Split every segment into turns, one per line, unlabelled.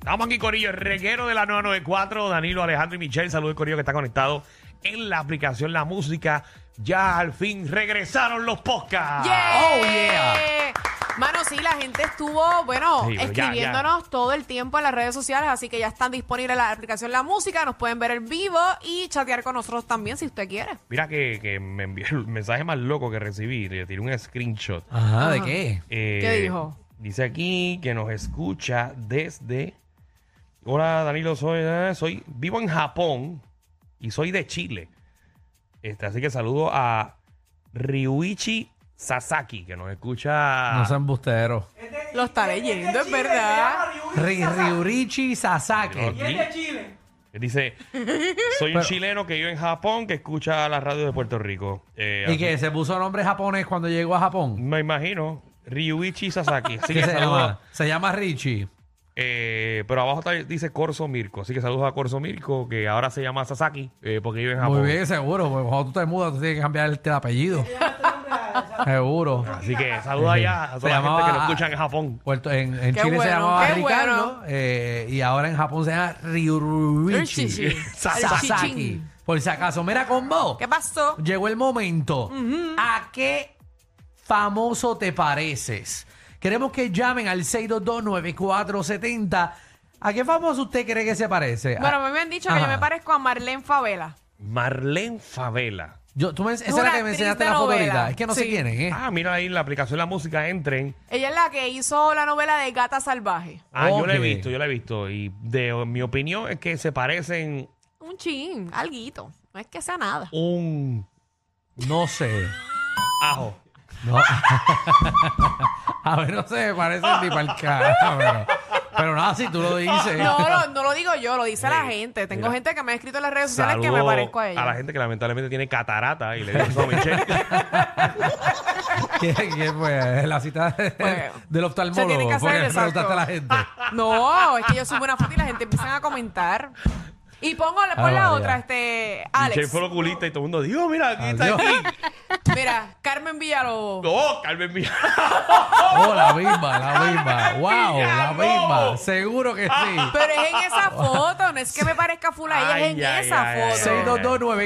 Estamos aquí, Corillo, el reguero de la 994, Danilo, Alejandro y Michelle. Saludos, Corillo, que está conectado en la aplicación La Música. Ya al fin regresaron los podcasts. ¡Oh, yeah!
Mano, sí, la gente estuvo, bueno,
Sí, pero ya,
escribiéndonos todo el tiempo en las redes sociales, así que ya están disponibles la aplicación La Música, nos pueden ver en vivo y chatear con nosotros también si usted quiere.
Mira que, que me envió el mensaje más loco que recibí. Le tiré un screenshot.
Ajá,
Ah.
¿de qué?
Eh,
¿Qué dijo?
Dice aquí que nos escucha desde... Hola, Danilo, soy, eh, soy vivo en Japón y soy de Chile. Este, así que saludo a Ryuichi Sasaki, que nos escucha...
No sean busteros.
Lo está leyendo, es verdad.
Ri- Ryurichi
Pero
Sasaki.
aquí- Él Dice, soy un chileno que vive en Japón que escucha la radio de Puerto Rico. Eh,
Y
así-
que se puso nombre japonés cuando llegó a Japón.
Me imagino, Ryuichi Sasaki. Así
¿Qué
que
se
saludos.
llama? Se llama Richie.
Eh, pero abajo está- dice Corso Mirko. Así que saludos a Corso Mirko, que ahora se llama Sasaki, eh, porque vive en Japón.
Muy bien, seguro. porque Cuando tú te mudas, tú tienes que cambiar el, el apellido.
este
seguro.
Así que saludos allá a
Se
toda la gente que
llamaba-
nos escucha en Japón.
Puerto- en en
Qué
Chile se
bueno,
llamaba
qué
Ricardo
bueno.
eh, y ahora en Japón se llama Ryurichi
Ryuichi. El
Sasaki.
chichín.
Por si acaso, mira combo.
¿Qué pasó?
Llegó el momento. ¿A qué famoso te pareces? Queremos que llamen al 622-9470. ¿A qué famoso usted cree que se parece?
Bueno,
A-
a mí me han dicho que
Ajá.
yo me parezco a Marlene Favela.
Marlene Favela.
Yo, tú me, esa
Es
es la
una
que me
actriz
enseñaste
de
la foto
novela.
ahorita. Es que no sé
Sí.
quién es, ¿eh?
Ah, mira ahí en la aplicación La Música, entren.
Ella es la que hizo la novela de Gata Salvaje.
Ah, yo la he
Ok.
visto, yo la he visto. Y de mi opinión es que se parecen
Un chin, alguito. No es que sea nada.
un
No sé.
ajo.
No. a ver, no se me parece ni para el carajo. Pero, pero nada, si tú lo dices.
No, no, no lo digo yo, lo dice la
Mira,
gente. Tengo
mira.
gente que me ha escrito en las redes sociales
Saludo
que me parezco a ella.
la gente que lamentablemente tiene catarata y le digo eso a Michelle.
¿Qué, qué fue? La cita de-
Bueno.
del
Se tiene que
oftalmólogo.
hacer,
Porque le
exacto.
preguntaste a la gente.
No, es que yo subo una foto y la gente empiezan a comentar. Y pongo la, pon
Ah,
la
María.
otra, este,
Michelle
Alex.
fue el oculista y todo el mundo dijo, mira, aquí está
Adiós.
aquí.
Mira, Carmen Villalobos.
No, Carmen mira.
Oh, la misma, la misma. Wow, la
Villalobos.
misma. Seguro que sí.
Ah, Pero es en esa foto, no es que me parezca fula, ella es
Ay,
en
ay,
esa
ay,
foto.
ay, ay.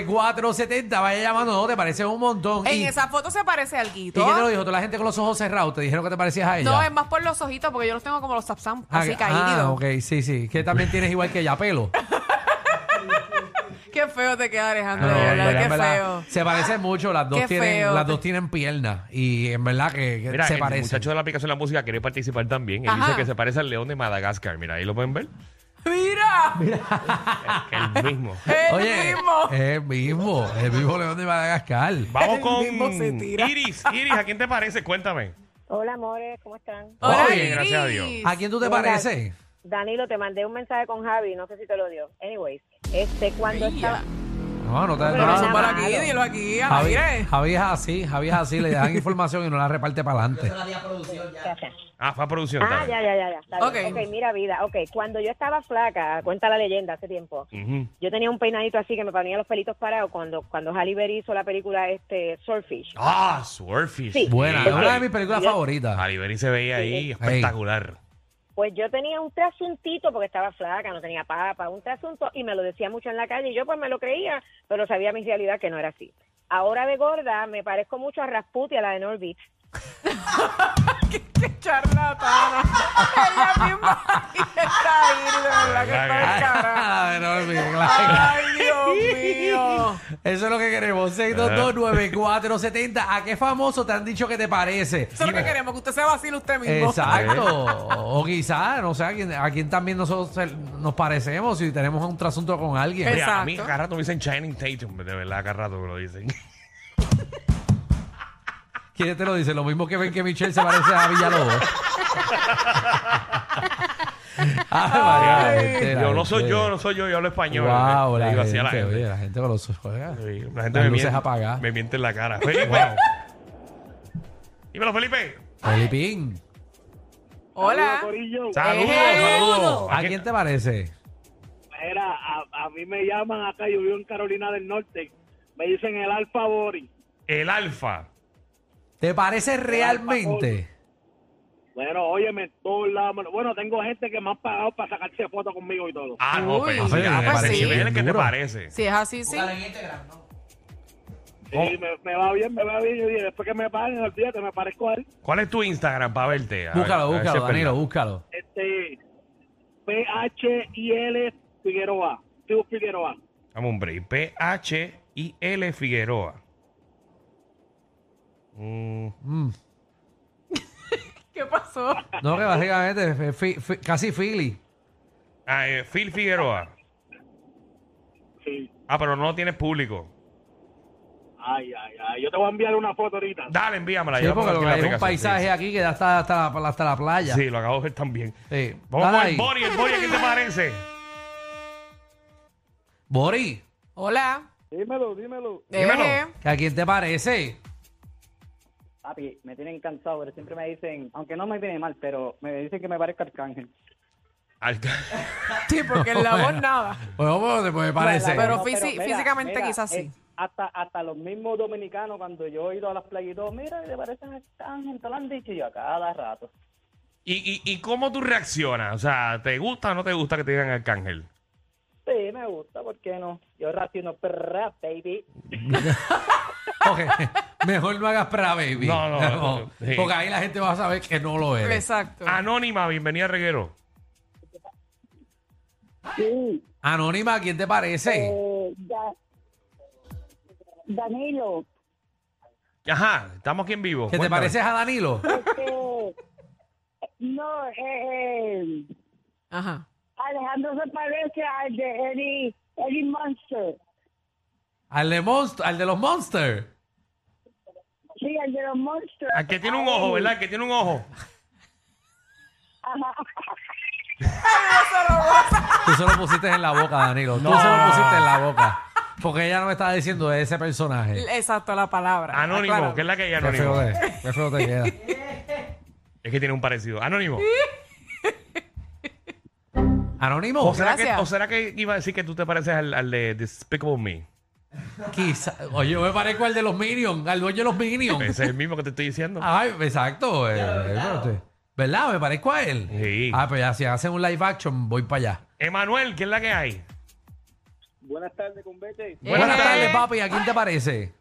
6229470, vaya llamando, no, te parece un montón.
En
¿Y,
esa foto se parece al
¿y quién te lo dijo? ¿Toda la gente con los ojos cerrados te dijeron que te parecías a ella?
No, es más por los ojitos, porque yo los tengo como los zapsam,
Ah,
así
ah,
caídos.
ok, sí, sí. Que también tienes igual que ella, pelo.
Qué feo te queda, Alejandro,
No,
de
en
verdad,
verdad, en
qué
verdad,
feo.
Se parecen mucho, las dos
Qué
tienen,
feo.
las dos tienen piernas. Y en verdad que, que
Mira,
se
el
parecen.
muchacho de la aplicación de la música quiere participar también. Él
Ajá.
dice que se parece al león de Madagascar. Mira, ahí lo pueden ver.
Mira,
Que el mismo.
el
Oye, eh,
mismo.
es el mismo, el mismo león de Madagascar.
Vamos
mismo
con
se tira.
Iris. Iris, ¿a quién te parece? Cuéntame.
Hola, amores, ¿cómo están?
Hola,
Oye,
Iris.
gracias a Dios.
¿A quién tú te
Hola.
pareces?
Danilo, te mandé un mensaje con Javi, no sé si te lo dio. Anyways, este, cuando estaba...
No, no te
Pero
Pero
no,
nada
son
no,
para
malo.
aquí, dilo aquí, Ana,
Javi,
mire.
Javi es así, Javi es así, le dan información y no la reparte para adelante.
Gracias.
Ah, fue a producción.
Ah, ya, ya, ya. ya. Está bien.
Ok.
ok, mira vida. Ok, cuando yo estaba flaca, cuenta la leyenda hace tiempo, yo tenía un peinadito así que me ponía los pelitos parados cuando, cuando Halle Berry hizo la película este, Swordfish.
Ah, Swordfish.
Sí.
Buena, es
Porque-
una de mis películas favoritas.
Aliberi se veía ahí espectacular.
Pues yo tenía un trasuntito porque estaba flaca, no tenía papa, un trasunto y me lo decía mucho en la calle y yo pues me lo creía, pero sabía mi realidad que no era así. Ahora de gorda me parezco mucho a Rasputia, la de Norbit.
Qué charlatana. Ella misma está ahí, de verdad que está el carajo.
No, mira, claro.
Ay, Dios mío.
Eso es lo que queremos. 6229470. ¿A qué famoso te han dicho que te parece?
Eso es lo que queremos, que usted se vacile usted mismo.
Exacto. O quizás, no sé, a quién, a quién también nosotros se- nos parecemos si tenemos un trasunto con alguien.
Exacto.
Mira, a mí cada rato me dicen Channing Tatum. De verdad, cada rato me lo dicen.
¿Quién te lo dice? Lo mismo que ven que Michelle se parece a Villalobos. Ave María, la gente, este, la
Yo no soy
gente.
yo, no soy yo, yo hablo español.
Wow,
Le
la,
digo así
gente,
a la gente.
oye, la gente con los ojos. oiga.
Sí, La
Las
gente me
luces
miente,
apagadas.
me miente en la cara. Felipe. Dímelo, Felipe.
Felipín,
Hola.
Saludos,
Eh,
saludos.
¿a quién te parece?
Mira, a, a mí me llaman acá, yo vivo en Carolina del Norte, me dicen el Alfa Bori.
El Alfa.
¿Te parece realmente?
Bueno, óyeme, en todos lados, me lo- bueno, tengo gente que me han pagado para sacarse fotos conmigo y todo.
Ah, no,
Uy.
pero
Ah,
sí,
pero
ah,
me
pues
parece
sí,
bien
ven, ¿qué te
duro.
parece?
Si es así, sí.
Sí, me, me va bien, me va bien, yo dije, después que me paguen, olvídate, me parezco a él.
¿Cuál es tu Instagram para verte? A ver, a ver
Búscalo,
si
búscalo,
es
Danilo,
verdad.
búscalo.
Este, P-H-I-L Figueroa, Tú Figueroa.
Dame un break. P-H-I-L Figueroa. Mm,
Mm.
¿Qué pasó?
No, que básicamente es fi- fi- casi Philly.
ah, eh, Phil Figueroa.
Sí,
Ah, pero no tienes público.
ay, ay, ay, yo te voy a enviar una foto ahorita.
Dale, envíamela.
Sí,
yo la pongo
porque lo
aquí en
que
la
hay es un
aplicación,
paisaje aquí que da hasta, hasta, la, hasta la playa.
Sí, sí, lo acabo de ver también.
Sí.
Vamos
Dale
con
ahí.
el Bori, el Bori, ¿qué te parece?
Bori,
Hola.
Dímelo, dímelo.
Dímelo.
Eh,
¿a quién te parece?
Papi, me tienen cansado, pero siempre me dicen, aunque no me viene mal, pero me dicen que me parezco Arcángel.
Alca-
Sí, porque en la voz nada.
Bueno, bueno, te puede parecer.
Pero fisi- físicamente quizás sí.
es- Hasta, hasta los mismos dominicanos, cuando yo he ido a las playas y todo, mira, te pareces a Arcángel, te lo han dicho yo a cada rato.
¿Y, y, y cómo tú reaccionas? O sea, ¿te gusta o no te gusta que te digan Arcángel?
Sí, me gusta, ¿por qué no? Yo raciono, perra, baby.
Ok, Mejor no hagas pra baby.
No, no, no, no. Sí.
Porque ahí la gente va a saber que no lo eres.
Exacto.
Anónima, bienvenida Reguero.
Anónima, ¿a quién te
Oh.
parece?
Eh, Danilo,
Ajá, estamos aquí en vivo.
¿Que te
Cuéntame.
pareces a Danilo?
no, eh,
Ajá.
Alejandro se parece al de Eddie, Eddie Monster.
Al de, Monst- al de los Monsters.
Sí, el de los Monsters.
Al que tiene un ojo, ¿verdad? Al que tiene un ojo.
Ah, Tú se lo pusiste en la boca, Danilo. Tú se lo pusiste en la boca. Porque ella no me estaba diciendo de ese personaje.
Exacto, la palabra.
Anónimo,
Acláralo.
que es la que hay
Qué feo,
anónimo.
te, qué feo te queda.
Es que tiene un parecido. Anónimo.
Anónimo.
¿O será, que,
Gracias.
¿O será que iba a decir que tú te pareces al, al de Despicable Me?
Quizá- Oye, yo me parezco al de los Minions, al dueño de los Minions.
Ese es el mismo que te estoy diciendo.
Ay, exacto. eh, espérate. ¿Verdad? Me parezco a él.
Sí.
Ah, pues ya, si hacen un live action, voy para allá.
Emanuel, ¿qué es la que hay?
Buenas tardes, convete.
Eh,
Buenas tardes, papi. ¿A quién te parece?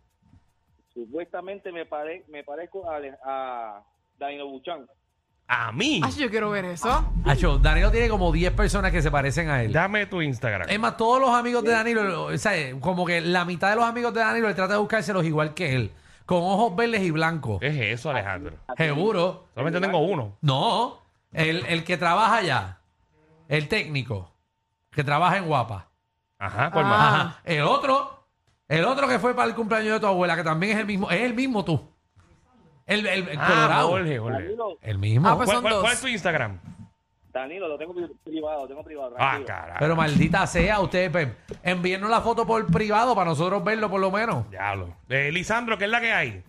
Supuestamente me, me parezco a, a Danilo Buchan.
A mí.
Ay, yo quiero ver eso.
Acho, Danilo tiene como 10 personas que se parecen a él.
Dame tu Instagram.
Es más, todos los amigos de Danilo, o sea, como que la mitad de los amigos de Danilo él trata de buscárselos igual que él, con ojos verdes y blancos.
¿Qué es eso, Alejandro?
Seguro.
Solamente tengo uno.
No, el, el que trabaja allá, el técnico, que trabaja en Guapa.
Ajá, ¿cuál más?
Ah.
Ajá. El otro, el otro que fue para el cumpleaños de tu abuela, que también es el mismo, es el mismo tú. El, el- el
Ah,
colorado.
Jorge, Jorge.
Danilo,
El mismo.
Ah, pues
¿Cuál,
son
cuál-
dos.
cuál es tu Instagram?
Danilo, lo tengo privado, tengo privado.
Ah,
tranquilo.
carajo.
Pero maldita sea, ustedes pues, envíennos la foto por privado para nosotros verlo por lo menos.
Diablo. Eh, Lisandro, ¿qué es la que hay?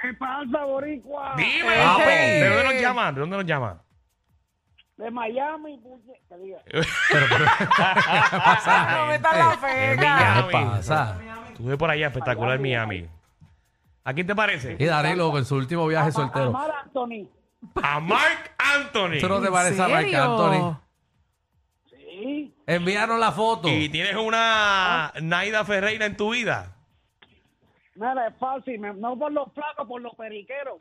¿Qué pasa, Boricua?
Ah,
Dime.
Papi.
¿De dónde nos llaman? ¿De dónde nos llaman?
De Miami, puñe- que diga.
¿Qué
Ah,
pasa?
No
gente?
eh,
metas la
En
feca.
Miami.
¿Qué pasa?
Estuve por allá, espectacular Miami. ¿A quién te
Y
parece?
Danilo con su último viaje soltero.
Amar a Anthony.
A Mark Anthony.
¿Tú no te
¿En
pareces a Marc
serio?
Anthony?
Sí.
Envíanos la foto.
Y tienes
Ah.
una Naida Ferreira en tu vida.
Nada, es fácil. me- no por los flacos, por los periqueros.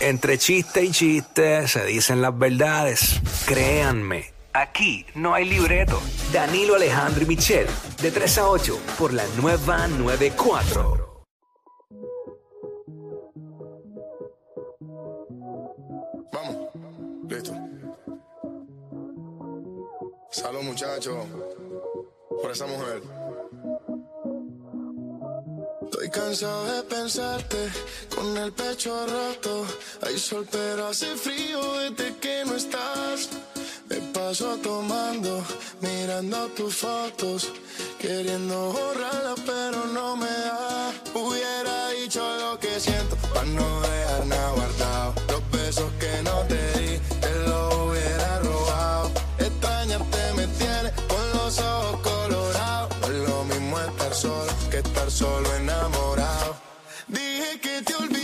Entre chiste y chiste se dicen las verdades. Créanme, aquí no hay libreto. Danilo Alejandro y Michel, de 3 a 8, por la nueva 94.
Vamos. Listo. Salud, muchachos. Por esa mujer. Estoy cansado de pensarte con el pecho roto. Hay sol, pero hace frío desde que no estás. Me paso tomando, mirando tus fotos, queriendo borrarlas, pero no me da. Hubiera dicho lo que siento, para no dejar nada guardado. Los besos que no te di, te los hubiera robado. Extrañarte me tiene con los ojos colorados. No es lo mismo estar solo que estar solo enamorado. Dije que te olvidé.